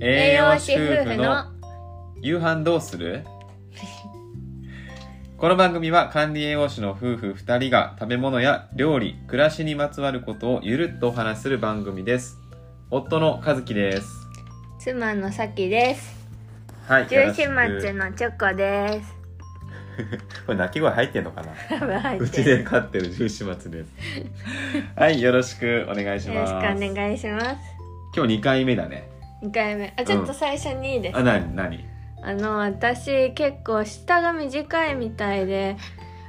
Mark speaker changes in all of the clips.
Speaker 1: 栄養士夫婦の
Speaker 2: 夕飯どうする この番組は管理栄養士の夫婦2人が食べ物や料理暮らしにまつわることをゆるっとお話しする番組です夫の和樹です
Speaker 1: 妻のさきです
Speaker 2: はい
Speaker 1: 十
Speaker 2: よろし
Speaker 1: 四
Speaker 2: く
Speaker 1: 松のチョコです
Speaker 2: これ鳴き声入ってんのかな
Speaker 1: 多分入
Speaker 2: う
Speaker 1: って
Speaker 2: ち
Speaker 1: る
Speaker 2: で飼ってる十四松 ですはいよろしくお願いし
Speaker 1: よろ
Speaker 2: ま
Speaker 1: し
Speaker 2: す
Speaker 1: くお願いします
Speaker 2: 今日2回目だね
Speaker 1: 二回目あちょっと最初にいいです、
Speaker 2: あなになに
Speaker 1: あの私結構舌が短いみたいで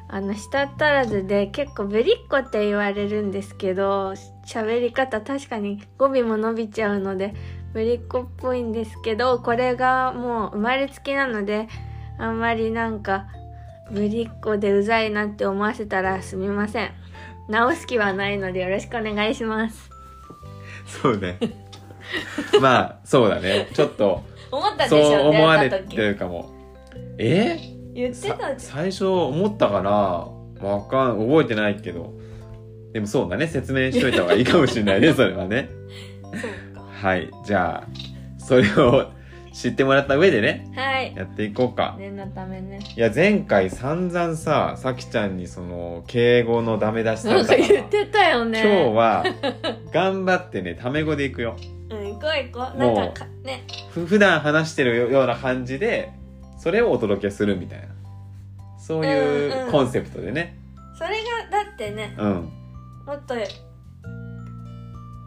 Speaker 1: あの舌足らずで結構ぶりっ子って言われるんですけど喋り方確かに語尾も伸びちゃうのでぶりっ子っぽいんですけどこれがもう生まれつきなのであんまりなんかぶりっ子でうざいなって思わせたらすみません直す気はないのでよろしくお願いします
Speaker 2: そうねまあそうだねちょっと
Speaker 1: 思ったでしょ
Speaker 2: そう思われ
Speaker 1: 出会った
Speaker 2: て
Speaker 1: 時
Speaker 2: るかもえ
Speaker 1: 言って
Speaker 2: さ
Speaker 1: たじ
Speaker 2: 最初思ったかなわかん覚えてないけどでもそうだね説明しといた方がいいかもしれない ねそれはね
Speaker 1: ゃんそうか
Speaker 2: はいじゃあそれを知ってもらった上でね
Speaker 1: はい
Speaker 2: やっていこうか
Speaker 1: 念のためね
Speaker 2: いや前回散々ささきちゃんにその敬語のダメ出しさ
Speaker 1: な
Speaker 2: れ
Speaker 1: ん
Speaker 2: たか
Speaker 1: から言ってたよ
Speaker 2: 今
Speaker 1: ね
Speaker 2: 日は頑張ってねタメ語でいくよ
Speaker 1: うん行こう行こう
Speaker 2: もう
Speaker 1: なんかかね
Speaker 2: ふ普段話してるような感じでそれをお届けするみたいなそう
Speaker 1: うん
Speaker 2: いううんコンセプトでね
Speaker 1: それがだってね
Speaker 2: うん
Speaker 1: もっと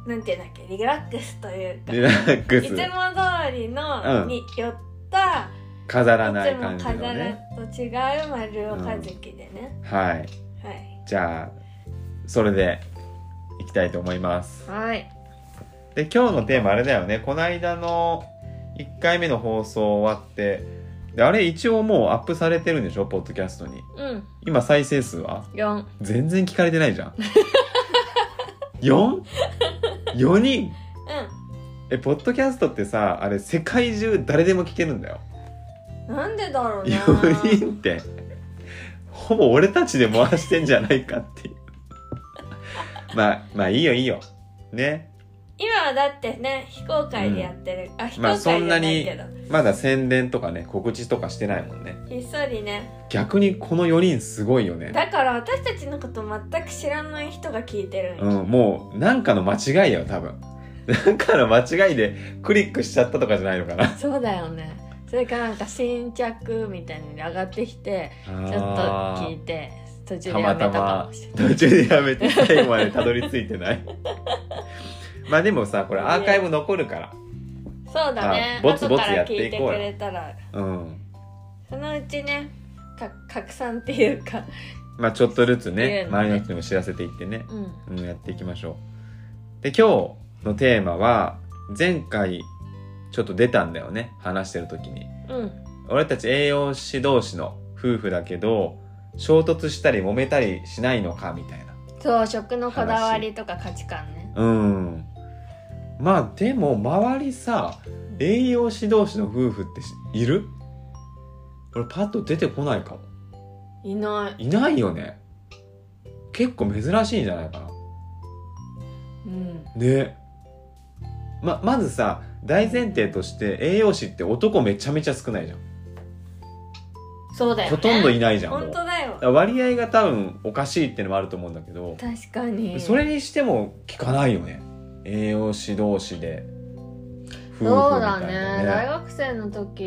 Speaker 1: なんていうんだっけリラックスというか
Speaker 2: リラック
Speaker 1: いつ
Speaker 2: ス
Speaker 1: も通りの、
Speaker 2: うん
Speaker 1: に寄った
Speaker 2: 飾らないい
Speaker 1: つも
Speaker 2: 感じの
Speaker 1: 飾ら
Speaker 2: ね
Speaker 1: と違う丸尾和樹でね、
Speaker 2: はい
Speaker 1: はい
Speaker 2: じゃあそれでいきたいと思います
Speaker 1: はい
Speaker 2: で今日のテーマあれだよねこの間の1回目の放送終わってであれ一応もうアップされてるんでしょポッドキャストに
Speaker 1: うん
Speaker 2: 今再生数は
Speaker 1: 四
Speaker 2: 全然聞かれてないじゃ ん 4?4 人えポッドキャストってさあれ世界中誰でも聞けるんだよ
Speaker 1: うんなんでだろうね
Speaker 2: 4人ってほぼ俺たちで回してんじゃないかっていうまあまあいいよいいよね
Speaker 1: 今はだってね非公開でやってる、あ非公
Speaker 2: まあ
Speaker 1: 開じゃないけど、
Speaker 2: まだ宣伝とかね告知とかしてないもんね
Speaker 1: ひっそりね
Speaker 2: 逆にこの4人すごいよね
Speaker 1: だから私たちのこと全く知らない人が聞いてるんよ、
Speaker 2: うんもうなんかの間違いだよ多分なんかの間違いでクリックしちゃったとかじゃないのかな
Speaker 1: そうだよねそれかなんか新着みたいに上がってきてちょっと聞いて途中でやめたかもしれない
Speaker 2: 途中でやめて最後までたどり着いて ないまあでもさこれアーカイブ残るから
Speaker 1: そうだね
Speaker 2: あぼつぼつ
Speaker 1: 後から
Speaker 2: やって
Speaker 1: 聞い
Speaker 2: い
Speaker 1: て
Speaker 2: こうよ
Speaker 1: くれたら
Speaker 2: うん
Speaker 1: そのうちねか拡散っていうか
Speaker 2: まあちょっとずつね
Speaker 1: ね
Speaker 2: 周りの人にも知らせていってね、
Speaker 1: うん
Speaker 2: うん、やっていきましょうで今日のテーマは前回ちょっと出たんだよね話してる時に
Speaker 1: うん
Speaker 2: 俺たち栄養士同士の夫婦だけど衝突したり揉めたりしないのかみたいな
Speaker 1: そう食のこだわりとか価値観ね
Speaker 2: うんまあでも周りさ栄養士同士の夫婦ってしいる俺パッと出てこないかも
Speaker 1: いない
Speaker 2: いないよね結構珍しいんじゃないかな
Speaker 1: うん
Speaker 2: ねままずさ大前提として栄養士って男めちゃめちゃ少ないじゃん
Speaker 1: そうだよ、ね、
Speaker 2: ほとんどいないじゃんもう
Speaker 1: 本当だよ
Speaker 2: だから割合が多分おかしいってのもあると思うんだけど
Speaker 1: 確かに
Speaker 2: それにしても聞かないよね栄養士同士で夫婦みたいな
Speaker 1: そうだね大学生の時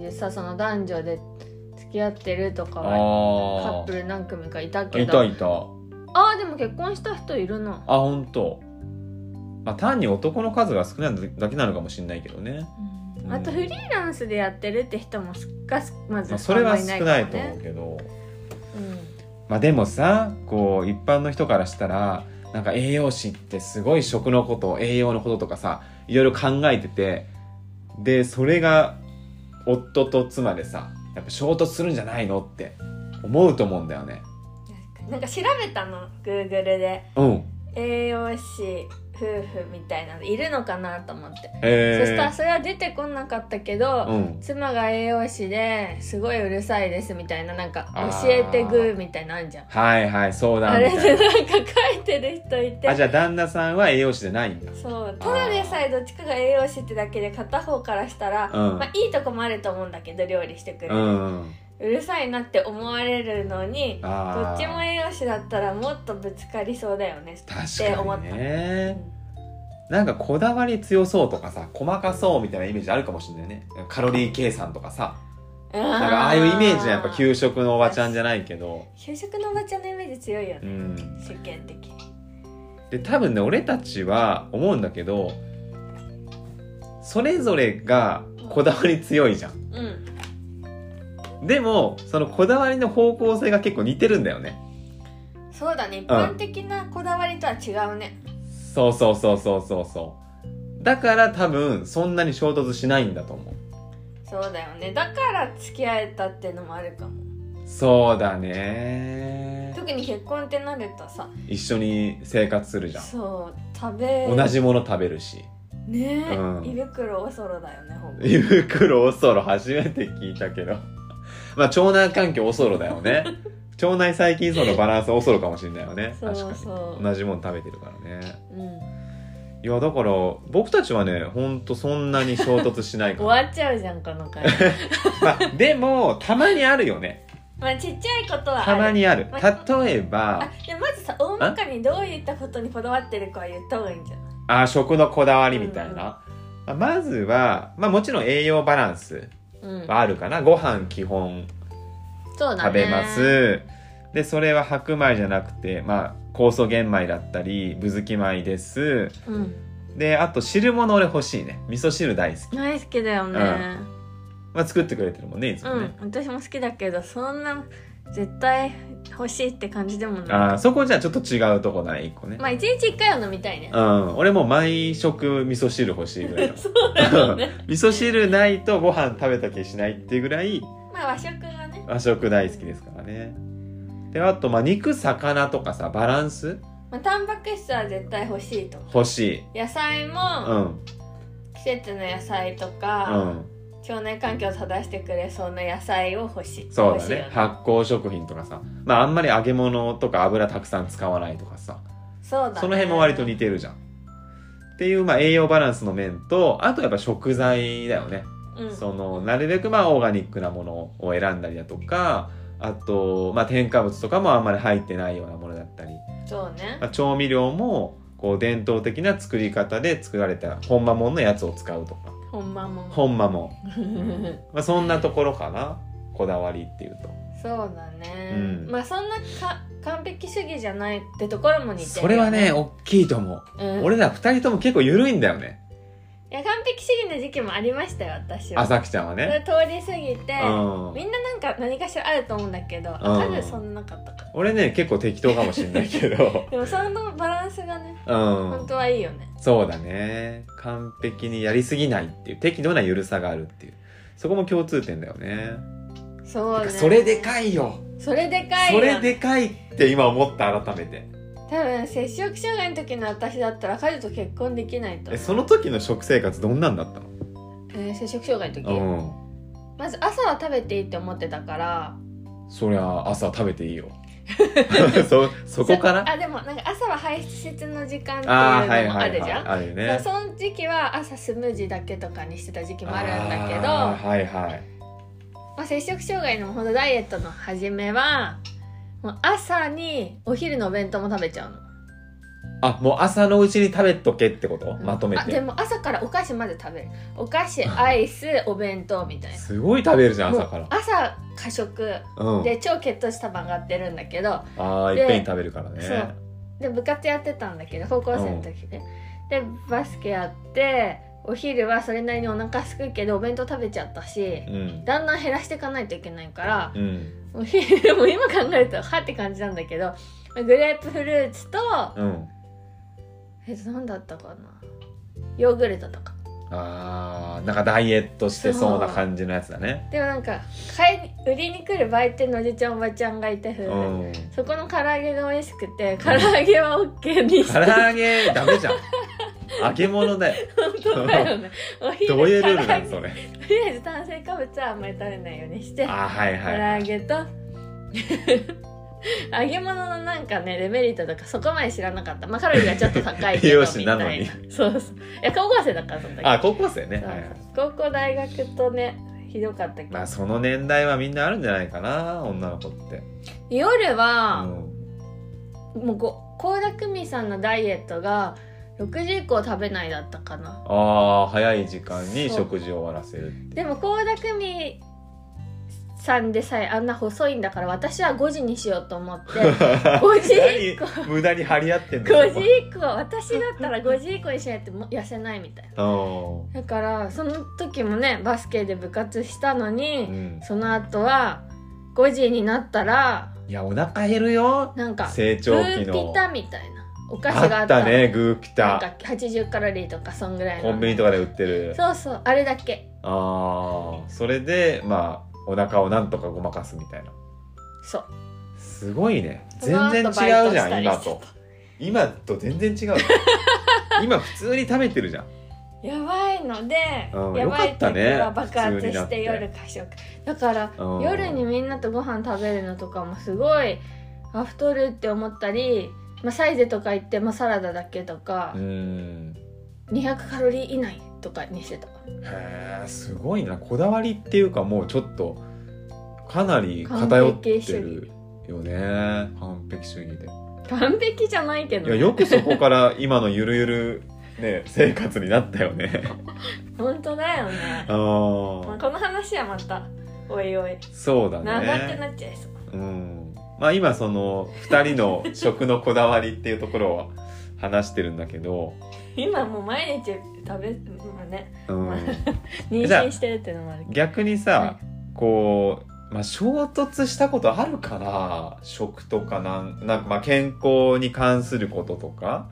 Speaker 1: でさその男女で付き合ってるとかはカ
Speaker 2: あ
Speaker 1: ップル何組かいた
Speaker 2: あ
Speaker 1: け
Speaker 2: いた
Speaker 1: ど
Speaker 2: いたあ
Speaker 1: あーでも結婚した人いるな、
Speaker 2: 本当。まあ単に男の数が少ないだけなのかもしれないけどね、うん
Speaker 1: あとフリーランスでやってるって人もすがまず
Speaker 2: まあ、それは
Speaker 1: あんま
Speaker 2: 少
Speaker 1: り
Speaker 2: な
Speaker 1: ないい
Speaker 2: と
Speaker 1: から
Speaker 2: 思
Speaker 1: ね
Speaker 2: うけど、
Speaker 1: うん
Speaker 2: まあでもさこう一般の人からしたらなんか栄養士ってすごい食のこと栄養のこととかさいろいろ考えててでそれが夫と妻でさやっぱ衝突するんじゃないのって思うと思うんだよね。
Speaker 1: なんか調べたの Google で
Speaker 2: うん
Speaker 1: 栄養士夫婦みたいなのいるのかなと思って、
Speaker 2: えー、
Speaker 1: そしたらそれは出てこなかったけど、
Speaker 2: うん
Speaker 1: 妻が栄養士ですごいうるさいですみたいななんか
Speaker 2: あー
Speaker 1: 教えてグーみたいなのあんじゃん
Speaker 2: はいはいそう
Speaker 1: あ
Speaker 2: だみ
Speaker 1: れ
Speaker 2: たい
Speaker 1: で
Speaker 2: な
Speaker 1: なんか書いてる人いて
Speaker 2: あじゃあ旦那さんは栄養士じゃないんだ
Speaker 1: そうただでさえどっちかが栄養士ってだけで片方からしたら、
Speaker 2: うん
Speaker 1: まあ、いいとこもあると思うんだけど料理してくれる、
Speaker 2: う
Speaker 1: うんるさいなって思われるのにど
Speaker 2: あー
Speaker 1: っちも栄養士だったらもっとぶつかりそうだよねって
Speaker 2: 確
Speaker 1: 思
Speaker 2: か
Speaker 1: っ
Speaker 2: に
Speaker 1: た、
Speaker 2: ねなんかこだわり強そうとかさ細かそうみたいなイメージあるかもしれないねカロリー計算とかさ
Speaker 1: な
Speaker 2: なんかああいうイメージはやっぱ給食のおばちゃんじゃないけど
Speaker 1: 給食のおばちゃんのイメージ強いよ
Speaker 2: う
Speaker 1: ね、
Speaker 2: ん
Speaker 1: 世間的に
Speaker 2: で多分ね俺たちは思うんだけどそれぞれがこだわり強いじゃん
Speaker 1: うん
Speaker 2: でもそのこだわりの方向性が結構似てるんだよね
Speaker 1: そうだね一般的なこだわりとは違うね、
Speaker 2: そうそうそうそうそうそうだから多分そんなに衝突しないんだと思う
Speaker 1: そうだよねだから付き合えたっていうのもあるかも
Speaker 2: そうだね
Speaker 1: 特に結婚ってなるとさ
Speaker 2: 一緒に生活するじゃん
Speaker 1: そう食べ
Speaker 2: 同じもの食べるし
Speaker 1: ねえ、
Speaker 2: うん
Speaker 1: 胃袋おそろだよねほぼ
Speaker 2: 胃袋おそろ初めて聞いたけど まあ腸内環境おそろだよね腸内細菌層のバランスおそろかもしれないよね
Speaker 1: そうそう
Speaker 2: 確かに同じもの食べてるからね
Speaker 1: うん
Speaker 2: いやだから僕たちはねほんとそんなに衝突しないか
Speaker 1: 終
Speaker 2: ら、
Speaker 1: わっちゃうじゃんこの回
Speaker 2: まあ、でもたまにあるよね
Speaker 1: まあちっちゃいことはある
Speaker 2: たまにある
Speaker 1: ま
Speaker 2: 例え
Speaker 1: あ
Speaker 2: ば
Speaker 1: でもまずさ大まかにどういったことにこだわってるかは言った方がいいんじゃない
Speaker 2: あ食のこだわりみたいな、まあまずは、まあ、もちろん栄養バランス
Speaker 1: うん
Speaker 2: はあるかなご飯基本
Speaker 1: そうだね
Speaker 2: 食べますでそれは白米じゃなくてまあ酵素玄米だったりぶずき米です
Speaker 1: うん
Speaker 2: であと汁物俺欲しいね味噌汁大好き、
Speaker 1: 大好きだよね、
Speaker 2: まあ、作ってくれてるもんねいつも
Speaker 1: うん、
Speaker 2: ね、
Speaker 1: 私も好きだけどそんな絶対欲しいって感じでもない
Speaker 2: あーそこじゃあちょっと違うとこだね一個ね、
Speaker 1: まあ一日一回は飲みたいね
Speaker 2: うん俺もう毎食味噌汁欲しいぐらいの
Speaker 1: そうだよね
Speaker 2: 味噌汁ないとご飯食べた気しないっていうぐらい
Speaker 1: まあ和食がね
Speaker 2: 和食大好きですからねであとまあ肉魚とかさバランス
Speaker 1: まあタンパク質は絶対欲しいと
Speaker 2: 欲しい
Speaker 1: 野菜
Speaker 2: う
Speaker 1: も
Speaker 2: ん
Speaker 1: 季節の野菜と
Speaker 2: う
Speaker 1: か、
Speaker 2: ん
Speaker 1: 腸内環境を正してくれそうな野菜を欲しい
Speaker 2: そう
Speaker 1: 欲
Speaker 2: だ
Speaker 1: しいよ
Speaker 2: ね発酵食品とかさまああんまり揚げ物とか油たくさん使わないとかさ
Speaker 1: そうだ、ね、
Speaker 2: その辺も割と似てるじゃんっていうまあ栄養バランスの面とあとやっぱ食材だよね、
Speaker 1: うん、
Speaker 2: そのなるべくまあオーガニックなものを選んだりだとかあとまあ添加物とかもあんまり入ってないようなものだったり、
Speaker 1: そうね
Speaker 2: まあ、調味料もこう伝統的な作り方で作られた本間もんのやつを使うとか
Speaker 1: ほんまもん
Speaker 2: 本間もん、まあ、そんなところかなこだわりっていうと。
Speaker 1: そうだね、
Speaker 2: うん
Speaker 1: まあそんなか完璧主義じゃないってところも似てるよ、
Speaker 2: それはね大きいと思う
Speaker 1: うん、
Speaker 2: 俺ら二人とも結構緩いんだよね
Speaker 1: いや完璧主義の時期もありましたよ私は
Speaker 2: あさきちゃんは
Speaker 1: そ
Speaker 2: ね
Speaker 1: れ通り過ぎて
Speaker 2: うん
Speaker 1: みんななんか何かしらあると思うんだけど
Speaker 2: うん
Speaker 1: 数そんななかったから
Speaker 2: 俺ね結構適当かもしれないけど
Speaker 1: でもそのバランスがね
Speaker 2: う
Speaker 1: 本
Speaker 2: ん
Speaker 1: 当はいいよね
Speaker 2: そうだね完璧にやりすぎないっていう適度な緩さがあるっていうそこも共通点だよね
Speaker 1: そう
Speaker 2: て
Speaker 1: ね
Speaker 2: かそれでかいよ
Speaker 1: それでかい
Speaker 2: そ
Speaker 1: よね
Speaker 2: れでかいって今思った改めて
Speaker 1: 多分摂食障害の時の私だったら彼と結婚できないと
Speaker 2: え
Speaker 1: 思う
Speaker 2: その時の食生活どんなんだった
Speaker 1: えー摂食障害の時
Speaker 2: の
Speaker 1: まず朝は食べていいって思ってたから
Speaker 2: うんそりゃ朝食べていい よそそこから
Speaker 1: あでもなんか朝は排出の時間って
Speaker 2: ああーはいいう
Speaker 1: のも
Speaker 2: は
Speaker 1: あ
Speaker 2: い
Speaker 1: る
Speaker 2: は
Speaker 1: じ
Speaker 2: い
Speaker 1: ゃん、
Speaker 2: あるよ
Speaker 1: だ
Speaker 2: ね
Speaker 1: からその時期は朝スムージーだけとかにしてた時期もあるんだけど
Speaker 2: あーはいはい
Speaker 1: まあ、摂食障害のほどダイエットの始めはもう朝にお昼のお弁当も食べちゃうの、
Speaker 2: あもう朝のうちに食べとけってこと、まとめ
Speaker 1: あで
Speaker 2: て
Speaker 1: も朝からお菓子まで食べるお菓子アイスお弁当みたい
Speaker 2: すごい食べるじゃ
Speaker 1: なん
Speaker 2: 朝か
Speaker 1: もう
Speaker 2: ら
Speaker 1: 朝過食
Speaker 2: うん
Speaker 1: で超血糖値多分上がってるんだけど
Speaker 2: ああい
Speaker 1: で
Speaker 2: っぺんに食べるからね
Speaker 1: そうで部活やってたんだけど高校生の時ね、でバスケやってお昼はそれなりにお腹すくけどお弁当食べちゃったし
Speaker 2: うん
Speaker 1: だんだん減らしていかないといけないから
Speaker 2: うん
Speaker 1: お昼も今考えるとはって感じなんだけどグレープフルーツと
Speaker 2: うん
Speaker 1: えっと何だったかなヨーグルトとか
Speaker 2: あーなんかダイエットしてそうな感じのやつだね
Speaker 1: でもなんか買い売りに来る売店のおじちゃんおばちゃんがいて
Speaker 2: う
Speaker 1: そ,、
Speaker 2: ん
Speaker 1: そこの唐揚げが美味しくて唐揚げは OK にして
Speaker 2: 唐揚げダ メじゃん揚げ物だよ
Speaker 1: 本当だよねお昼
Speaker 2: どういうルールなのそ
Speaker 1: 唐揚げ
Speaker 2: れ
Speaker 1: とりあえず炭水化物はあんまり食べないようにして
Speaker 2: あーはい
Speaker 1: 唐
Speaker 2: はいは
Speaker 1: 揚
Speaker 2: い
Speaker 1: げと 揚げ物のなんかねデメリットとかそこまで知らなかったまあカロリーがちょっと高いけ ど
Speaker 2: 栄養士なのに
Speaker 1: みたいなそうそういや高校生だからその時
Speaker 2: あ高校生ね
Speaker 1: そう
Speaker 2: はいはい
Speaker 1: 高校大学とねひどかったけど、
Speaker 2: まあその年代はみんなあるんじゃないかな女の子って
Speaker 1: 夜
Speaker 2: う
Speaker 1: は、
Speaker 2: ん
Speaker 1: もうご倖田來未さんのダイエットが6時以降食べないだったかな
Speaker 2: ああ早い時間に
Speaker 1: そう
Speaker 2: 食事を終わらせるって
Speaker 1: でも倖田來未さんでさえあんな細いんだから私は5時にしようと思って 5時以降
Speaker 2: 何無駄に張り合ってんだ
Speaker 1: 5時以降私だったら5時以降にしないとも痩せないみたいな
Speaker 2: うん
Speaker 1: だからその時もねバスケで部活したの
Speaker 2: う
Speaker 1: に、
Speaker 2: ん
Speaker 1: その後は5時になったら
Speaker 2: いやお腹減るよ
Speaker 1: なんか
Speaker 2: 成
Speaker 1: グ
Speaker 2: 長期
Speaker 1: ーピ
Speaker 2: の
Speaker 1: タみたいなお菓子があ
Speaker 2: あ
Speaker 1: っ
Speaker 2: ったたねグーピ
Speaker 1: なん
Speaker 2: タ
Speaker 1: か80カロリーとかそんぐらいの
Speaker 2: コンビニとかで売ってる
Speaker 1: そうそうあれだけ
Speaker 2: ああそれでまあお腹をなんとかごまかすみたいな
Speaker 1: そう
Speaker 2: すごいね
Speaker 1: そ
Speaker 2: 全
Speaker 1: の
Speaker 2: 然違う
Speaker 1: 後
Speaker 2: じ
Speaker 1: バイトし
Speaker 2: ゃ
Speaker 1: た
Speaker 2: ん
Speaker 1: りし
Speaker 2: 今
Speaker 1: てた
Speaker 2: と今と全然 違う今普通に食べてるじゃん
Speaker 1: やばいので、
Speaker 2: うん
Speaker 1: や
Speaker 2: よ
Speaker 1: ば
Speaker 2: か
Speaker 1: い
Speaker 2: ったね
Speaker 1: 時は爆
Speaker 2: 普通
Speaker 1: 発
Speaker 2: にな
Speaker 1: し
Speaker 2: って
Speaker 1: て夜過食だから
Speaker 2: うん
Speaker 1: 夜にみんなとご飯食べるのとかもすごいあ太るって思ったり、まあ、サイゼとか行ってもサラダだけとか
Speaker 2: う、ん
Speaker 1: 200カロリー以内とかにしてた
Speaker 2: へえすごいなこだわりっていうかもうちょっとかなり偏
Speaker 1: 完
Speaker 2: っ
Speaker 1: 璧主義
Speaker 2: てるよね完璧主義で
Speaker 1: 完璧じゃないけど
Speaker 2: い
Speaker 1: ね、
Speaker 2: やよくそこから今のゆるゆるね生活になったよね
Speaker 1: 本当だよね
Speaker 2: あ
Speaker 1: まあ
Speaker 2: ー
Speaker 1: この話はまたおいおい
Speaker 2: そうだ
Speaker 1: 長くな
Speaker 2: ね
Speaker 1: っちゃいそう
Speaker 2: うんまあ今その2人の食のこだわりっていうところは話してるんだけど、
Speaker 1: 今もう毎日食べまあね
Speaker 2: うん、
Speaker 1: 妊
Speaker 2: じゃあ
Speaker 1: 娠してるっていうのもあるけど
Speaker 2: 逆にさ、
Speaker 1: はい
Speaker 2: こう、まあ、衝突したことあるかな食とかなんなんかまあ健康に関することとか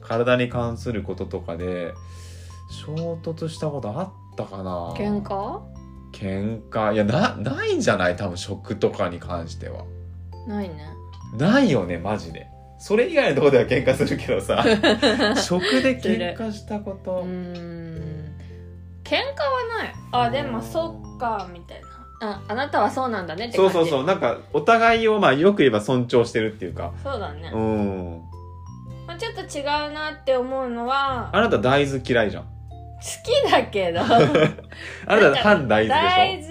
Speaker 2: 体に関することとかで衝突したことあったかな
Speaker 1: 喧嘩
Speaker 2: 喧嘩いやなないんじゃない多分食とかに関しては
Speaker 1: ないね
Speaker 2: ないよねマジでそれ以外のところでは喧嘩するけど さ食で喧嘩したこ
Speaker 1: う
Speaker 2: と、
Speaker 1: ーん喧嘩はないあでもそっかみたいなああなたはそうなんだねって
Speaker 2: そ
Speaker 1: 感
Speaker 2: う
Speaker 1: じ
Speaker 2: そうそううなんかお互いをまあよく言えば尊重してるっていうか
Speaker 1: そうだね、
Speaker 2: うん
Speaker 1: まあ、ちょっと違うなって思うのは
Speaker 2: あなた大豆嫌いじゃん。
Speaker 1: 好きだ けど
Speaker 2: あなた反大豆
Speaker 1: 大
Speaker 2: でし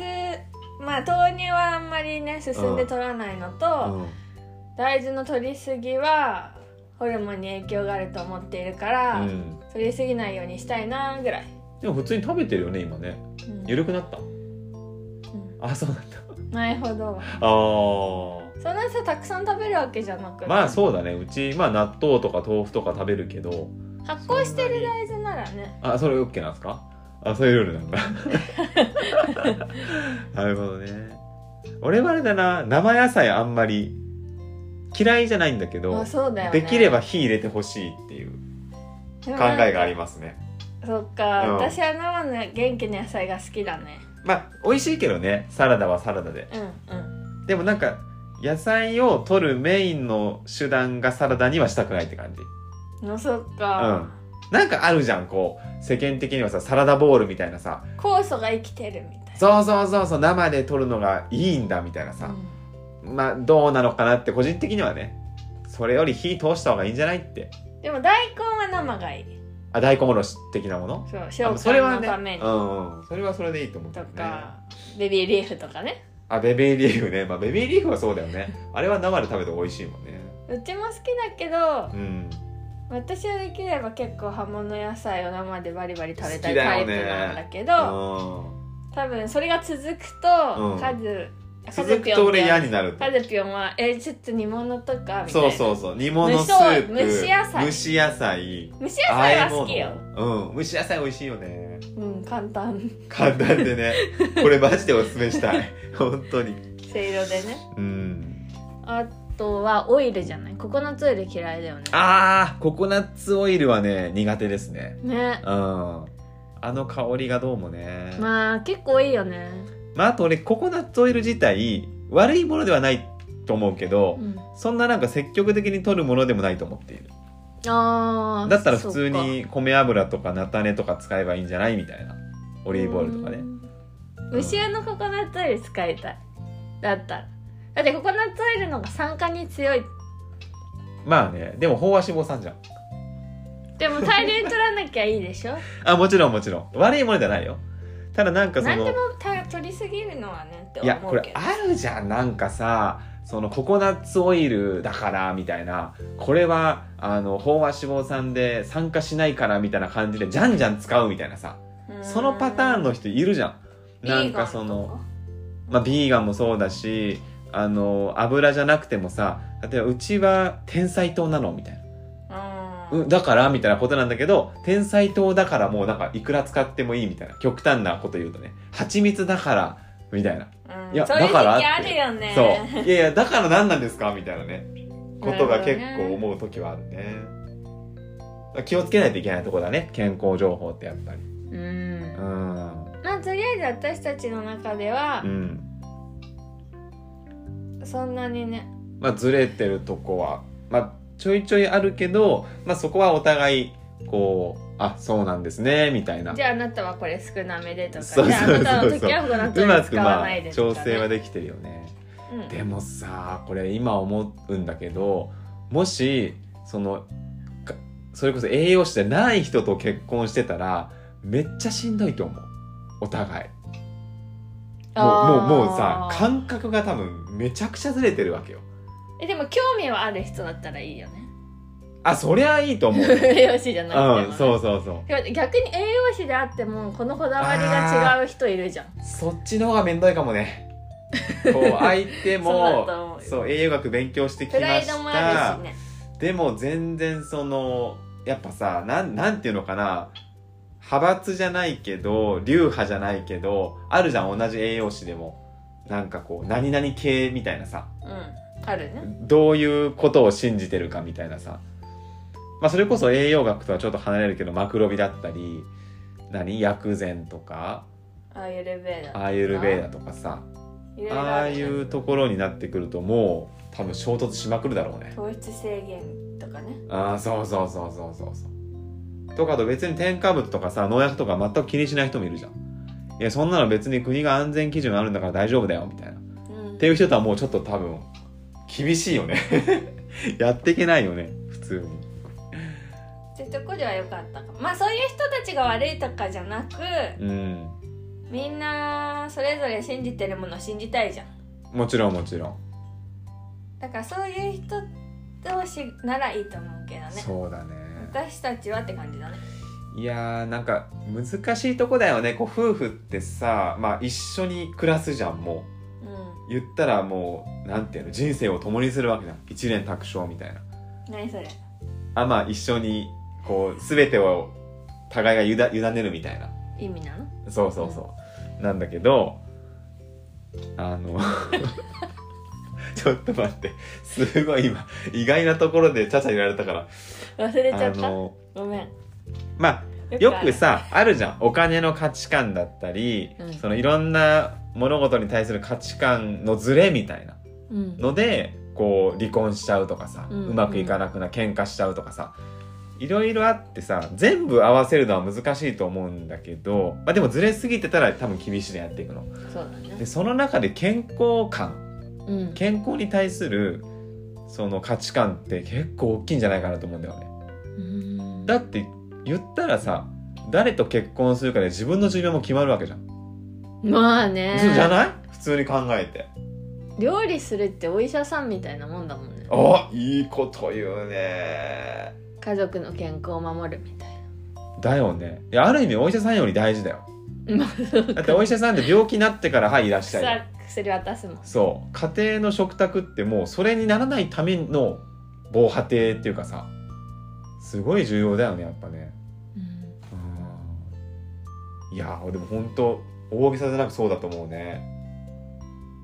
Speaker 1: 豆まあ豆乳はあんまりね進んで取らないのと、
Speaker 2: ょ。うん
Speaker 1: 大豆の取りすぎはホルモンに影響があると思っているから、
Speaker 2: うん。
Speaker 1: 取りすぎないようにしたいなぐらい、
Speaker 2: でも普通に食べてるよね今ね。
Speaker 1: うん
Speaker 2: 緩くなった。
Speaker 1: うん
Speaker 2: あそう なんだ。
Speaker 1: ないほど
Speaker 2: ああ。
Speaker 1: そんなさたくさん食べるわけじゃなくて
Speaker 2: まあそうだね。うちまあ納豆とか豆腐とか食べるけど。
Speaker 1: 発酵してる大豆ならね
Speaker 2: あそれオッケーなんですか？あそういうルールな んだ。なるほどね。俺はあれだな生野菜あんまり嫌いじゃないんだけど。
Speaker 1: あそうだよね
Speaker 2: できれば火入れてほしいっていう
Speaker 1: 考
Speaker 2: 考えがありますね。
Speaker 1: そっか、
Speaker 2: うん
Speaker 1: 私は生の元気な野菜が好きだね
Speaker 2: まあ美味しいけどねサラダはサラダで。
Speaker 1: うんうん
Speaker 2: でもなんか野菜を取るメインの手段がサラダにはしたくないって感じ
Speaker 1: のそっか、
Speaker 2: なんかあるじゃんこう世間的にはさサラダボールみたいなさ
Speaker 1: 酵素が生きてるみたい
Speaker 2: そうそうそうそう生で取るのがいいんだみたいな
Speaker 1: な、う
Speaker 2: さ、
Speaker 1: ん
Speaker 2: まあどうなのかなって個人的にはねそれより火通した方がいいんじゃないって
Speaker 1: でも大根は生がいい
Speaker 2: あ大根おろし的なもの
Speaker 1: そう
Speaker 2: あ
Speaker 1: 消
Speaker 2: それは
Speaker 1: 化の
Speaker 2: ね
Speaker 1: ために
Speaker 2: うんうんそれはそれでいいと思うけ
Speaker 1: と
Speaker 2: どね
Speaker 1: か、ベビーリーフとかね
Speaker 2: あベビーリーフねまあベビーリーフはそうだよねあれは生で食べて美味しいもんね
Speaker 1: うちも好きだけど
Speaker 2: うん
Speaker 1: 私はできれば結構葉物野菜を生でバリバリ食べ
Speaker 2: 好
Speaker 1: た
Speaker 2: き
Speaker 1: い
Speaker 2: だ
Speaker 1: タ
Speaker 2: よ
Speaker 1: イプ
Speaker 2: ね
Speaker 1: なんだけ
Speaker 2: う
Speaker 1: ど
Speaker 2: ん
Speaker 1: 多分それが続く
Speaker 2: う
Speaker 1: と
Speaker 2: ん
Speaker 1: 数
Speaker 2: 続くと俺嫌になる
Speaker 1: カズピョンは「えちょっと煮物とか」みたい
Speaker 2: そ
Speaker 1: な
Speaker 2: うそうそう煮物スープ
Speaker 1: 蒸し野菜
Speaker 2: 蒸し野菜
Speaker 1: 蒸し野菜は好き
Speaker 2: 和
Speaker 1: よ
Speaker 2: え物うん蒸し野菜美味しいよね
Speaker 1: うん簡単
Speaker 2: 簡単で ねこれマジでおすすめしたい本当に
Speaker 1: せいろでね
Speaker 2: うん
Speaker 1: あとはオイルじゃないココナッツオイル嫌いだよね
Speaker 2: あーココナッツオイルはね苦手ですね
Speaker 1: ね
Speaker 2: うんああの香りがどうもね
Speaker 1: まあ結構いいよね
Speaker 2: まあ、あと俺ココナッツオイル自体悪いものではないと思うけど、
Speaker 1: うん
Speaker 2: そんななんか積極的に取るものでもないと思っている
Speaker 1: あー
Speaker 2: だったら普通
Speaker 1: そうか
Speaker 2: に米油とか菜種とか使えばいいんじゃないみたいなオリーブオイルとか
Speaker 1: う
Speaker 2: ね
Speaker 1: ん虫用のココナッツオイル使いたいだったらだってココナッツオイルの方が酸化に強い
Speaker 2: まあねでも飽和脂肪酸じゃん
Speaker 1: でも大量に取らなきゃいいでし ょ
Speaker 2: あもちろんもちろん悪いものじゃないよただなんかそ
Speaker 1: 何で
Speaker 2: の
Speaker 1: もた取りすぎるのはねって
Speaker 2: いや
Speaker 1: 思
Speaker 2: こ
Speaker 1: うけ
Speaker 2: れ
Speaker 1: ど
Speaker 2: あるじゃんなんかさそのココナッツオイルだからみたいなこれはあの飽和脂肪酸で酸化しないからみたいな感じでじゃんじゃん使うみたいなさそのパターンの人いるじゃん。なんかその、まあ、ビーガンもそうだし、あの、油じゃなくてもさ、例えばうちは天才糖なのみたいな。
Speaker 1: う
Speaker 2: うんだからみたいなことなんだけど、天才糖だからもうなんかいくら使ってもいいみたいな。極端なこと言うとね。蜂蜜だから、みたいな。いや
Speaker 1: そういう
Speaker 2: だからっ
Speaker 1: 時
Speaker 2: て
Speaker 1: 期あるよね
Speaker 2: そう。いやいや、だから何なんですかみたいなね。ことが結
Speaker 1: なる
Speaker 2: 構
Speaker 1: ほどね
Speaker 2: 思う時はあるね。気をつけないといけないとこだね。健康情報ってやっぱり。う
Speaker 1: うん
Speaker 2: ん。
Speaker 1: まあとりあえず私たちの中では
Speaker 2: う、ん。
Speaker 1: そんなにね
Speaker 2: まあ、ずれてるとこは、まあ、ちょいちょいあるけど、まあ、そこはお互いこうあそうなんですねみたいな
Speaker 1: じゃああなたはこれ少なめでとか
Speaker 2: そうそうそうそう
Speaker 1: じゃああなたの時はこの
Speaker 2: うまく
Speaker 1: 使わ
Speaker 2: ま
Speaker 1: ない
Speaker 2: あ
Speaker 1: でと
Speaker 2: 調
Speaker 1: か、ね、
Speaker 2: 整はできてるよね。
Speaker 1: うん
Speaker 2: でもさこれ今思うんだけどもしそのかそれこそ栄養士でない人と結婚してたらめっちゃしんどいと思うお互いもうもうもうさ
Speaker 1: あー
Speaker 2: 感覚が多分めちゃくちゃずれてるわけよ
Speaker 1: えでも興味はある人だったらいいよ ね
Speaker 2: あそりゃいいと思 う
Speaker 1: 栄養士じゃなくても、
Speaker 2: うんそううそうそう
Speaker 1: 逆に栄養士であってもこのこだわりが違う人いるじゃん
Speaker 2: そっちの方が面倒いかも ね。こう相手
Speaker 1: そうだと思
Speaker 2: も
Speaker 1: うよ
Speaker 2: そう栄養学勉強してきま
Speaker 1: プライ
Speaker 2: し
Speaker 1: ドもあ
Speaker 2: た
Speaker 1: るし。ね
Speaker 2: でも全然そのやっぱさなんなんていうのかな派閥じゃないけど流派じゃないけどあるじゃん同じ栄養士でもなんかこう何々系みたいなさ
Speaker 1: うんあるね
Speaker 2: どういうことを信じてるかみたいなさ、まあ、それこそ栄養学とはちょっと離れるけどマクロビだったり何薬膳とか
Speaker 1: アーユルベーダとか
Speaker 2: アーユルベーダとかさ
Speaker 1: いろいろ
Speaker 2: ああい
Speaker 1: るね
Speaker 2: うところになってくるともう多分衝突しまくるだろうね
Speaker 1: 糖質制限とかね
Speaker 2: ああそうそうそうそうそうそうとかあと別に添加物とかさ農薬とか全く気にしない人もいるじゃんいやそんなの別に国が安全基準あるんだから大丈夫だよみたいなっ
Speaker 1: うん
Speaker 2: ていう人とはもうちょっと多分厳しいよね やっていけないよね普通に
Speaker 1: ってとこでは良かったかもまあそういう人たちが悪いとかじゃなく
Speaker 2: うん
Speaker 1: みんなそれぞれ信じてるものを信じたいじゃん
Speaker 2: もちろんもちろん、
Speaker 1: だからそういう人同士ならいいと思うけどね
Speaker 2: そうだね
Speaker 1: 私たちはって感じだね
Speaker 2: いやーなんか難しいとこだよねこう夫婦ってさまあ一緒に暮らすじゃんもう
Speaker 1: う
Speaker 2: 言ったらもうなんていうの人生を共にするわけじゃん一年卓生みたいなん
Speaker 1: 何それ
Speaker 2: あまあ一緒にこう全てを互いがゆだ委ねるみたいな
Speaker 1: 意味なの
Speaker 2: そうそうそうなんだけどあの ちょっと待ってすごい今意外なところでちゃちゃ言われたから
Speaker 1: 忘れちゃ
Speaker 2: あ
Speaker 1: った
Speaker 2: の
Speaker 1: ごめん
Speaker 2: まあよくさあるじゃんお金の価値観だったり、
Speaker 1: うん
Speaker 2: そのいろんな物事に対する価値観のズレみたいな
Speaker 1: あるうん
Speaker 2: のでこう離婚しちゃうとかさ、
Speaker 1: う
Speaker 2: うんまくいかなくな喧嘩しちゃうとかさいろいろあってさ全部合わせるのは難しいと思うんだけど、まあ、でもずれすぎてたら多分厳しいねやっていくの。
Speaker 1: そうだね
Speaker 2: でその中で健康感
Speaker 1: うん
Speaker 2: 健康に対するその価値観って結構大きいんじゃないかなと思うんだよね。
Speaker 1: うん
Speaker 2: だって言ったらさ誰と結婚するかで自分の寿命も決まるわけじゃん。
Speaker 1: まあね
Speaker 2: そうじゃない普通に考えて。
Speaker 1: 料理するってお医者さんみたいなもんだもんね
Speaker 2: あいいこと言うね。
Speaker 1: 家族の健康を守るみたい
Speaker 2: だよねいやある意味お医者さんより大事だよ
Speaker 1: なまあそう
Speaker 2: だってお医者さんって病気になってからはいいらっしゃい
Speaker 1: さ薬渡すもん
Speaker 2: そう家庭の食卓ってもうそれにならないための防波堤っていうかさすごい重要だよねやっぱねうんいやーでも本当大げさじゃなくそうだと思うね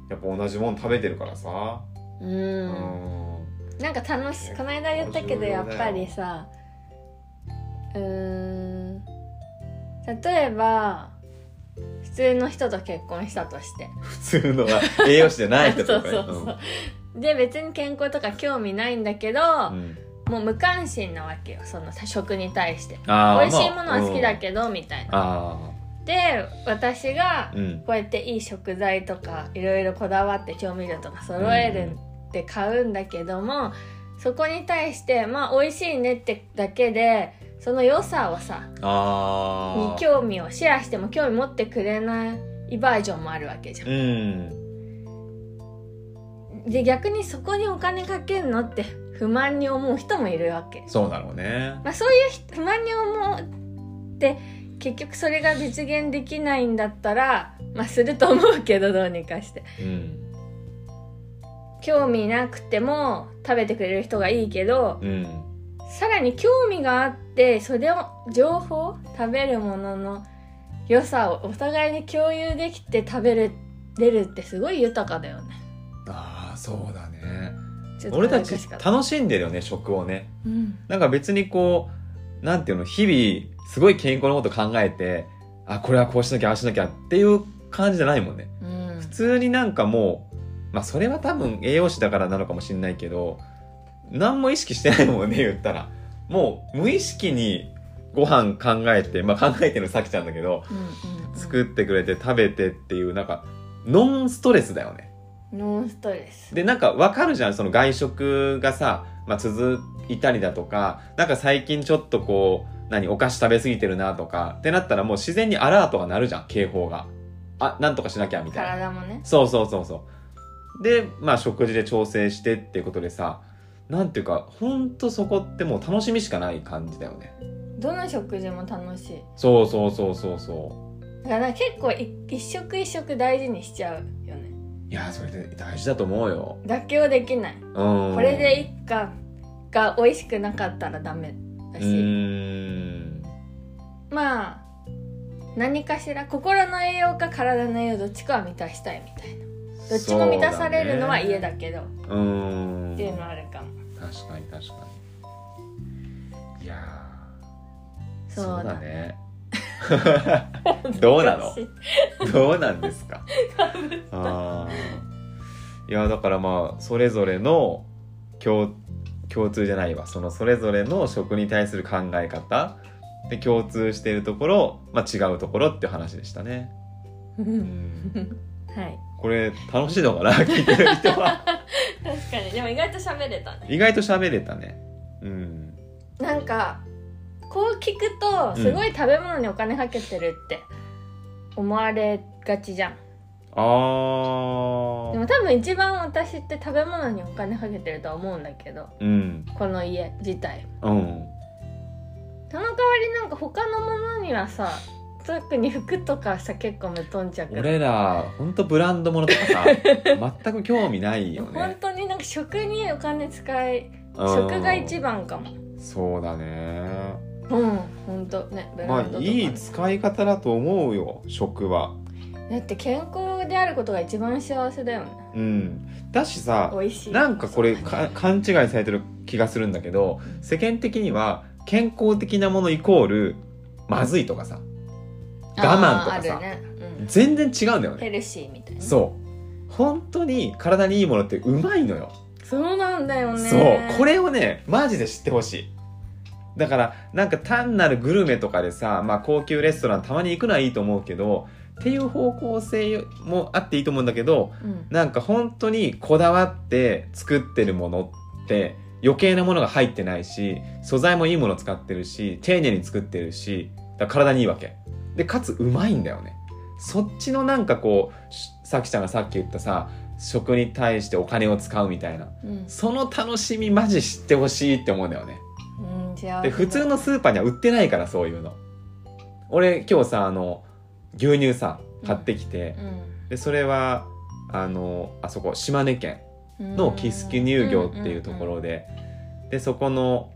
Speaker 2: やっぱ同じもん食べてるからさ
Speaker 1: う
Speaker 2: うんん
Speaker 1: なんか楽しいこの間言ったけど
Speaker 2: 重
Speaker 1: や
Speaker 2: 要
Speaker 1: っ
Speaker 2: だよ
Speaker 1: ぱりさうーん例えば普通の人と結婚したとして
Speaker 2: 普通のは栄養士じゃない人とかね
Speaker 1: そうそうそうで別に健康とか興味ないんだけど、
Speaker 2: うんうん
Speaker 1: もう無関心なわけよその食に対して
Speaker 2: あー
Speaker 1: 美味しいものは好きだ
Speaker 2: ど、
Speaker 1: けどみたいな
Speaker 2: あ
Speaker 1: で私が
Speaker 2: あうん
Speaker 1: こうやっていい食材とかいろいろこだわって調味料とか揃えるって買うんだけども、そこに対してまあ美味しいねってだけでその良さをさに
Speaker 2: ああ
Speaker 1: 興味をシェアしても興味持ってくれないバージョンもあるわけじゃん。
Speaker 2: うん
Speaker 1: で逆にそこにお金かけんのって不満に思う人もいるわけ。
Speaker 2: そうだろうね
Speaker 1: まあ、そういう人不満に思って結局それが実現できないんだったら、まあ、すると思うけどどうにかして
Speaker 2: うん
Speaker 1: 興味なくても食べてくれる人がいいけど
Speaker 2: うん
Speaker 1: さらに興味があってそれを情報食べるものの良さをお互いに共有できて食べれれるってすごい豊かだよね
Speaker 2: ああそうだね
Speaker 1: ちょっと
Speaker 2: 俺たち
Speaker 1: 恥ずかしかった
Speaker 2: 楽しんでるよね食をね
Speaker 1: うん
Speaker 2: なんか別にこうなんていうの日々すごい健康のこと考えてあこれはこうしなきゃああしなきゃっていう感じじゃないもんね
Speaker 1: うん
Speaker 2: 普通になんかもうまあそれは多分栄養士だからなのかもしれないけど何も意識してないもんね言ったらもう無意識にご飯考えてまあ考えてるのさきちゃんだけど
Speaker 1: うんうんうん
Speaker 2: 作ってくれて食べてっていうなんかノンストレスだよね
Speaker 1: ノンストレス
Speaker 2: でなんかわかるじゃんその外食がさ、まあ、続いたりだとかなんか最近ちょっとこう何お菓子食べ過ぎてるなとかってなったらもう自然にアラートが鳴るじゃん警報があなんとかしなきゃみたいな
Speaker 1: 体もね
Speaker 2: そうそうそうそうでまあ食事で調整してっていうことでさなんていうかほんとそこってもう楽しみしかない感じだよね
Speaker 1: どの食事も楽しい
Speaker 2: そうそうそうそうそ
Speaker 1: だから結構い一食一食大事にしちゃうよね
Speaker 2: ういやーそれで大事だと思うよ
Speaker 1: 妥協できない
Speaker 2: うん
Speaker 1: これでいっかが美味しくなかったらダメだ
Speaker 2: う
Speaker 1: し
Speaker 2: ーん
Speaker 1: まあ何かしら心の栄養か体の栄養どっちかは満たしたいみたいなどっちも満たされるのは家だけど
Speaker 2: うだねうーん
Speaker 1: っていうのはあるかも
Speaker 2: 確かに確かにいやー
Speaker 1: そうだ
Speaker 2: だね どうなの
Speaker 1: 私
Speaker 2: どうなんですかあーいやだからまあそれぞれの共共通じゃないわそのそれぞれの食に対する考え方で共通しているところ、まあ、違うところっていう話でしたね、
Speaker 1: う
Speaker 2: うんん、
Speaker 1: はい
Speaker 2: これ楽しいのかな聞いてる人は
Speaker 1: 確かにでも意外と喋れたね
Speaker 2: 意外と喋れたねうん
Speaker 1: なんかこう聞くとすごい食べ物にお金かけてるって思われがちじゃん
Speaker 2: あ
Speaker 1: で
Speaker 2: ー
Speaker 1: も多分一番私って食べ物にお金かけてるとは思うんだけど
Speaker 2: うん
Speaker 1: この家自体
Speaker 2: うん
Speaker 1: その代わりなんか他のものにはさ特に服とかさ結構無頓着
Speaker 2: 俺らほんとブランドものとか さ全く興味ないよ
Speaker 1: 本
Speaker 2: ね
Speaker 1: 当になんか食にお金使い
Speaker 2: うん
Speaker 1: 食が一番かも
Speaker 2: そうだね
Speaker 1: うん本当ねブラ
Speaker 2: ま
Speaker 1: ンドとか、
Speaker 2: あいい使い方だと思うよ食は
Speaker 1: だって健康であることが一番幸せだよね
Speaker 2: うんだしさ
Speaker 1: 美味しい
Speaker 2: なんかこれか勘違いされてる気がするんだけど世間的には健康的なものイコールまずいとかさ我慢とかさ
Speaker 1: あーあるね、
Speaker 2: 全然違うんだよ
Speaker 1: うん、
Speaker 2: ね
Speaker 1: ヘルシーみたいな
Speaker 2: そう本当に体にいいものってうまいのよ
Speaker 1: そうなんだよね
Speaker 2: そうこれをねマジで知ってほしいだからなんか単なるグルメとかでさ、まあ、高級レストランたまに行くのはいいと思うけどっていう方向性もあっていいと思うんだけど
Speaker 1: うん
Speaker 2: なんか本当にこだわって作ってるものって余計なものが入ってないし素材もいいもの使ってるし丁寧に作ってるしだから体にいいわけでかつうまいんだよねそっちのなんかこうしさきちゃんがさっき言ったさ食に対してお金を使うみたいな
Speaker 1: うん
Speaker 2: その楽しみマジ知ってほしいって思うんだよね。
Speaker 1: うん、幸せ
Speaker 2: で、普通のスーパーには売ってないから、そういうの。俺、今日さ、あの、牛乳さ、買ってきて、で、それは、あの、あそこ、島根県
Speaker 1: うん
Speaker 2: の木スキ乳業っていうところで、で、そこの、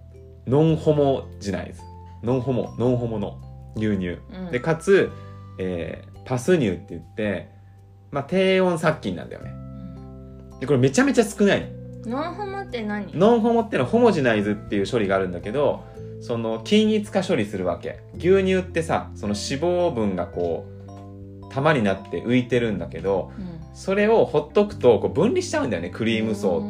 Speaker 2: ノンホモジナイズ。ノンホモ、ノンホモの牛乳。
Speaker 1: うん
Speaker 2: で、かつ、えーパス乳って言って、まあ、低温殺菌なんだよね。で、これめちゃめちゃ少ないの
Speaker 1: ノンホモって何
Speaker 2: ノンホモってのはホモジナイズっていう処理があるんだけどその均一化処理するわけ牛乳ってさその脂肪分がこう玉になって浮いてるんだけどそれをほっとくとこう分離しちゃうんだよねクリーム層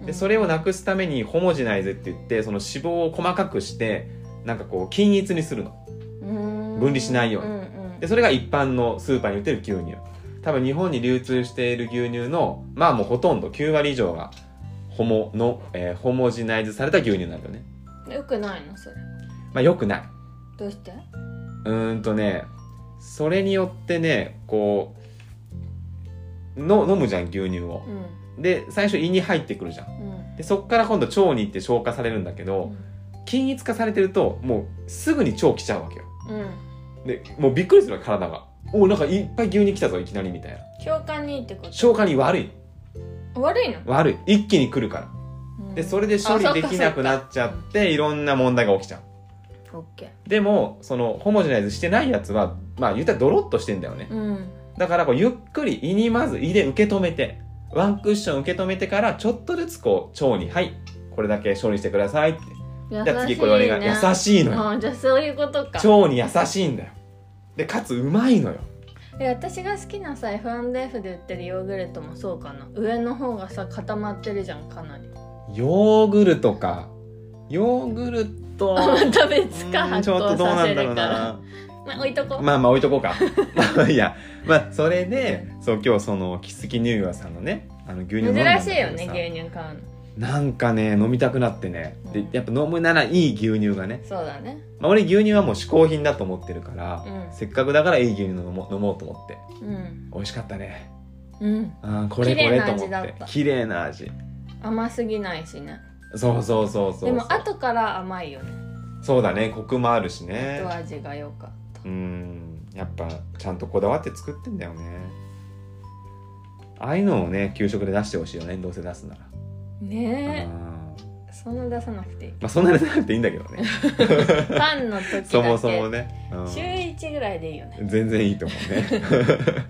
Speaker 2: と。でそれをなくすためにホモジナイズって言ってその脂肪を細かくしてなんかこう均一にするの
Speaker 1: 分
Speaker 2: 離しないようにでそれが一般のスーパーに売ってる牛乳多分日本に流通している牛乳のまあもうほとんど9割以上がホモの、えーホモジナイズされた牛乳なんだよね
Speaker 1: よくないのそれ
Speaker 2: まあ良くない
Speaker 1: どうして
Speaker 2: うーんとねそれによってねこうの飲むじゃん牛乳を
Speaker 1: うん
Speaker 2: で最初胃に入ってくるじゃん
Speaker 1: うん
Speaker 2: でそっから今度腸に行って消化されるんだけど均一化されてるともうすぐに腸来ちゃうわけよ
Speaker 1: うん
Speaker 2: でもうびっくりするわ体がおなんかいっぱい牛乳来たぞいきなりみたいな
Speaker 1: 共感にいいってこと
Speaker 2: 消化に悪い
Speaker 1: 悪いの
Speaker 2: 悪い一気に来るからでそれで処理できなくな
Speaker 1: っ
Speaker 2: っちゃっていろんな問題が起きちゃう
Speaker 1: オッケ
Speaker 2: でもそのホモジェナイズしてないやつはまあ言ったらドロッとしてんだよね
Speaker 1: ーうん
Speaker 2: だからこうゆっくり胃にまず胃で受け止めてワンクッション受け止めてからちょっとずつこう腸に「はいこれだけ処理してください」って
Speaker 1: 優しい
Speaker 2: じゃあ次これ俺が
Speaker 1: ね
Speaker 2: 優しいのよ
Speaker 1: あーじゃあそういうことか
Speaker 2: 腸に優しいんだよでかつうまいのよ
Speaker 1: え私が好きなさ F&F で売ってるヨーグルトもそうかな上の方がさ固まってるじゃんかなり
Speaker 2: ヨーグルトかヨーグル ト
Speaker 1: また別か
Speaker 2: うん
Speaker 1: 発
Speaker 2: ちょっと
Speaker 1: 酵
Speaker 2: どうな
Speaker 1: させ
Speaker 2: んだろ
Speaker 1: る
Speaker 2: う
Speaker 1: から
Speaker 2: な
Speaker 1: まあ置いとこう、
Speaker 2: まあまあ置いとこうか まあいやまあそれでそう今日そのキスキ乳業さんのねあの牛乳飲んだんだけ
Speaker 1: 珍
Speaker 2: どさ
Speaker 1: しいよね牛乳買うの
Speaker 2: なんかね飲みたくなってね
Speaker 1: う
Speaker 2: で
Speaker 1: ん
Speaker 2: やっぱ飲むならいい牛乳がね、
Speaker 1: そうだね
Speaker 2: まあ、俺牛乳はもう嗜好品だと思ってるから、
Speaker 1: うん
Speaker 2: せっかくだからいい牛乳飲もう飲もうと思って
Speaker 1: うん
Speaker 2: 美味しかったね
Speaker 1: うん
Speaker 2: あーこれこ
Speaker 1: 綺麗
Speaker 2: れ
Speaker 1: な
Speaker 2: と思
Speaker 1: 味だっ
Speaker 2: ったて綺麗な味
Speaker 1: 甘すぎないしね
Speaker 2: そうそうそうそう
Speaker 1: でも後から甘いよね
Speaker 2: そうだねコクもあるしね
Speaker 1: 後味が良かっ
Speaker 2: う
Speaker 1: た
Speaker 2: んやっぱちゃんとこだわって作ってんだよねああいうのをね給食で出してほしいよねどうせ出すなら、
Speaker 1: ね
Speaker 2: うん
Speaker 1: えそんな出さなくていい
Speaker 2: まあそんなに出なくていいんだけ どね
Speaker 1: パンの時だけ
Speaker 2: そもそもね、うん
Speaker 1: 週1ぐらいでいいよね
Speaker 2: 全然いいと思うね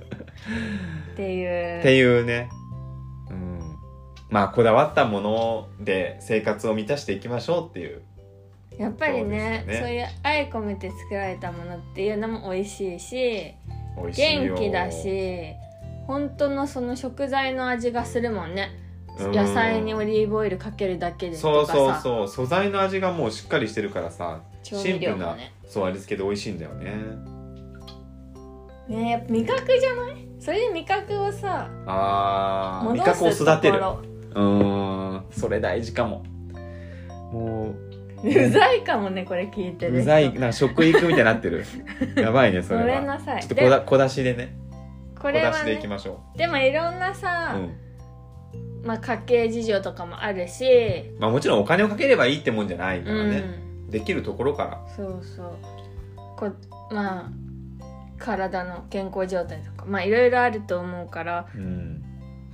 Speaker 1: っていう
Speaker 2: っていうね、うん、まあこだわったもので生活を満たしていきましょうっていう
Speaker 1: やっぱりね
Speaker 2: そうです
Speaker 1: そう
Speaker 2: よね
Speaker 1: いう愛込めて作られたものっていうのも美味しいし
Speaker 2: 美味しいよ
Speaker 1: 元気だし本当のその食材の味がするもんね
Speaker 2: うん
Speaker 1: 野菜にオリーブオイルかけるだけで
Speaker 2: そ
Speaker 1: と
Speaker 2: う
Speaker 1: か
Speaker 2: そう
Speaker 1: さ
Speaker 2: そう素材の味がもうしっかりしてるからさ
Speaker 1: 調
Speaker 2: シン
Speaker 1: 味
Speaker 2: プル
Speaker 1: 料も
Speaker 2: な、
Speaker 1: ね
Speaker 2: そう味付けで美味しいんだよね
Speaker 1: ねやっぱ味覚じゃないそれで味覚をさ
Speaker 2: あー味
Speaker 1: 戻
Speaker 2: 覚を
Speaker 1: すと
Speaker 2: 育
Speaker 1: こ
Speaker 2: てる
Speaker 1: ろ
Speaker 2: うーんそれ大事かもも
Speaker 1: うざいかもねこれ聞いて
Speaker 2: う
Speaker 1: る人
Speaker 2: うざいなんか食育みたいになって るやばいねそ
Speaker 1: ご
Speaker 2: れ
Speaker 1: めん
Speaker 2: は
Speaker 1: なさい
Speaker 2: ちょっと小だ小出しでね
Speaker 1: こ
Speaker 2: 小
Speaker 1: れ
Speaker 2: 出
Speaker 1: は
Speaker 2: しでいき
Speaker 1: ね
Speaker 2: ましょ
Speaker 1: でもいろんな
Speaker 2: う、
Speaker 1: さ、
Speaker 2: う
Speaker 1: まあ、家計事情とかもあるし、
Speaker 2: んまあ、もちろんお金をかければいいってもんじゃないか
Speaker 1: う
Speaker 2: らね、
Speaker 1: ん、
Speaker 2: できるところから
Speaker 1: そうそうこまあ体の健康状態とかまあいろいろあると思うから
Speaker 2: うん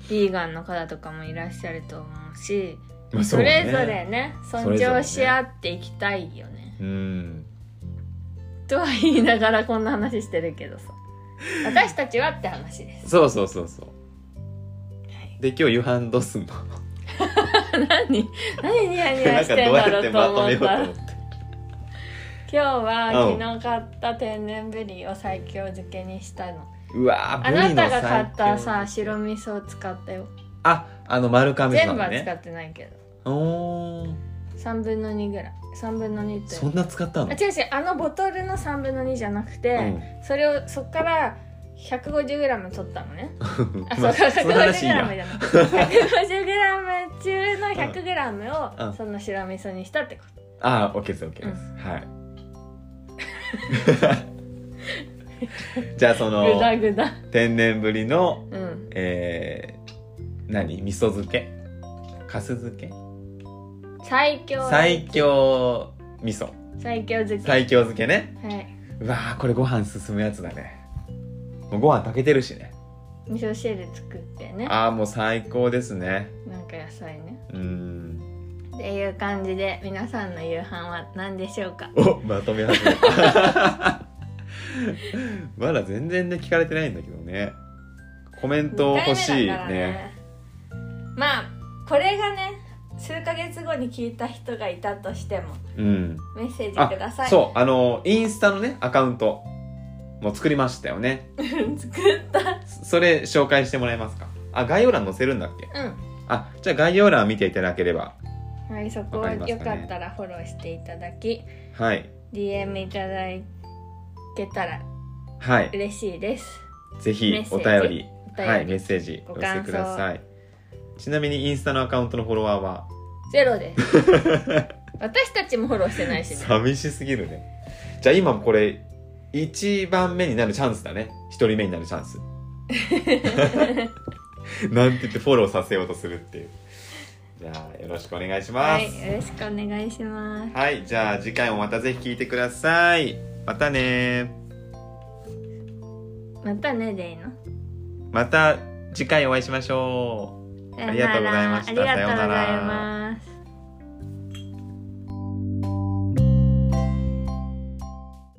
Speaker 1: ヴィーガンの方とかもいらっしゃると思うし、
Speaker 2: まあ
Speaker 1: そうれ
Speaker 2: ね
Speaker 1: ぞれね尊重し合っていきたいよね
Speaker 2: うん
Speaker 1: とは言いながらこんな話してるけどさ私たちはって話です、
Speaker 2: そうそうそうそう
Speaker 1: はい、
Speaker 2: で今日夕飯どうすんの
Speaker 1: 何何ニヤニ
Speaker 2: な
Speaker 1: ヤ
Speaker 2: ん
Speaker 1: し
Speaker 2: か
Speaker 1: て
Speaker 2: ど
Speaker 1: ん
Speaker 2: う
Speaker 1: だ
Speaker 2: やっ
Speaker 1: ろ
Speaker 2: て
Speaker 1: うと
Speaker 2: まと
Speaker 1: 思
Speaker 2: め
Speaker 1: っ
Speaker 2: ようと
Speaker 1: たら
Speaker 2: 思って
Speaker 1: 今日は
Speaker 2: うん
Speaker 1: 昨日買った天然ぶりを最強漬けにしたの
Speaker 2: うわー
Speaker 1: あな
Speaker 2: ブリの
Speaker 1: たが買った
Speaker 2: 最
Speaker 1: さ
Speaker 2: 強
Speaker 1: 白味噌を使ったよ
Speaker 2: ああの丸亀さ
Speaker 1: 全
Speaker 2: ん
Speaker 1: 部
Speaker 2: の
Speaker 1: は使
Speaker 2: ね
Speaker 1: ってないけど
Speaker 2: おー
Speaker 1: 3分の2ぐらい3分の2と
Speaker 2: そ
Speaker 1: いうん
Speaker 2: な使ったの
Speaker 1: あ違う違うあのボトルの3分の2じゃなくて、
Speaker 2: うん
Speaker 1: それをそっから 150g 取ったのね あそう
Speaker 2: まあその話
Speaker 1: 150g
Speaker 2: い
Speaker 1: じ
Speaker 2: い
Speaker 1: ゃ
Speaker 2: や
Speaker 1: ない 150g 中の 100g
Speaker 2: う
Speaker 1: を
Speaker 2: ん
Speaker 1: その白味噌にしたってこと
Speaker 2: ああ、オッケーです、オッケーです。はい。 じゃあ、そ
Speaker 1: グ
Speaker 2: の、
Speaker 1: ダグダ
Speaker 2: 天然ぶりの、
Speaker 1: うん
Speaker 2: えー、何味噌漬けかす漬け
Speaker 1: 最強
Speaker 2: 最強味噌。
Speaker 1: 最強漬け
Speaker 2: 最強漬けね。
Speaker 1: はい、
Speaker 2: うわー、これご飯進むやつだね。もうご飯炊けてるしね。
Speaker 1: 味噌汁作ってね
Speaker 2: ああ、もう最高ですね。
Speaker 1: なんか野菜ね
Speaker 2: うーん。
Speaker 1: っていう感じで皆さんの夕飯は何でしょうか
Speaker 2: お、まとめ始めた。 まだ全然ね、聞かれてないんだけどね。コメント欲しい
Speaker 1: 二回目だから
Speaker 2: ね
Speaker 1: まあこれがね数ヶ月後に聞いた人がいたとしても
Speaker 2: うん
Speaker 1: メッセー
Speaker 2: あ
Speaker 1: ジください
Speaker 2: そうあのインスタのねアカウントも作りましたよね
Speaker 1: 作った
Speaker 2: それ紹介してもらえますかあ概要欄載せるんだっけ
Speaker 3: う
Speaker 2: あじゃあ概要欄見ていただければ
Speaker 3: んはいそこ
Speaker 2: わ
Speaker 3: を
Speaker 2: かりますか
Speaker 3: よか
Speaker 2: ね
Speaker 3: ったらフォローしていただき、
Speaker 2: はい
Speaker 3: DM いただけたら
Speaker 2: はい
Speaker 3: 嬉しいです
Speaker 2: ぜ
Speaker 3: メッ
Speaker 2: ひ
Speaker 3: セ
Speaker 2: お
Speaker 3: ージ
Speaker 2: 便り
Speaker 3: お便り
Speaker 2: はいメッセージお
Speaker 3: ご
Speaker 2: 寄せ
Speaker 3: 感想
Speaker 2: くださいちなみにインスタのアカウントのフォロワーは
Speaker 3: ゼロです 私たちもフォローしてないしね
Speaker 2: 寂しすぎるねじゃあ今これ1番目になるチャンスだね1人目になるチャン スなんて言ってフォローさせようとするっていうじゃあよろしくお願いしま
Speaker 1: は
Speaker 2: す、
Speaker 1: いよろしくお願いします
Speaker 2: はい、じゃあ次回もまたぜひ聞いてください。またね
Speaker 3: またねでいいの
Speaker 2: また次回お会いしましょう。ありがとうございました
Speaker 1: さようならあり
Speaker 2: さよ
Speaker 1: がとうご
Speaker 2: うな
Speaker 1: ざい
Speaker 2: ら
Speaker 1: ます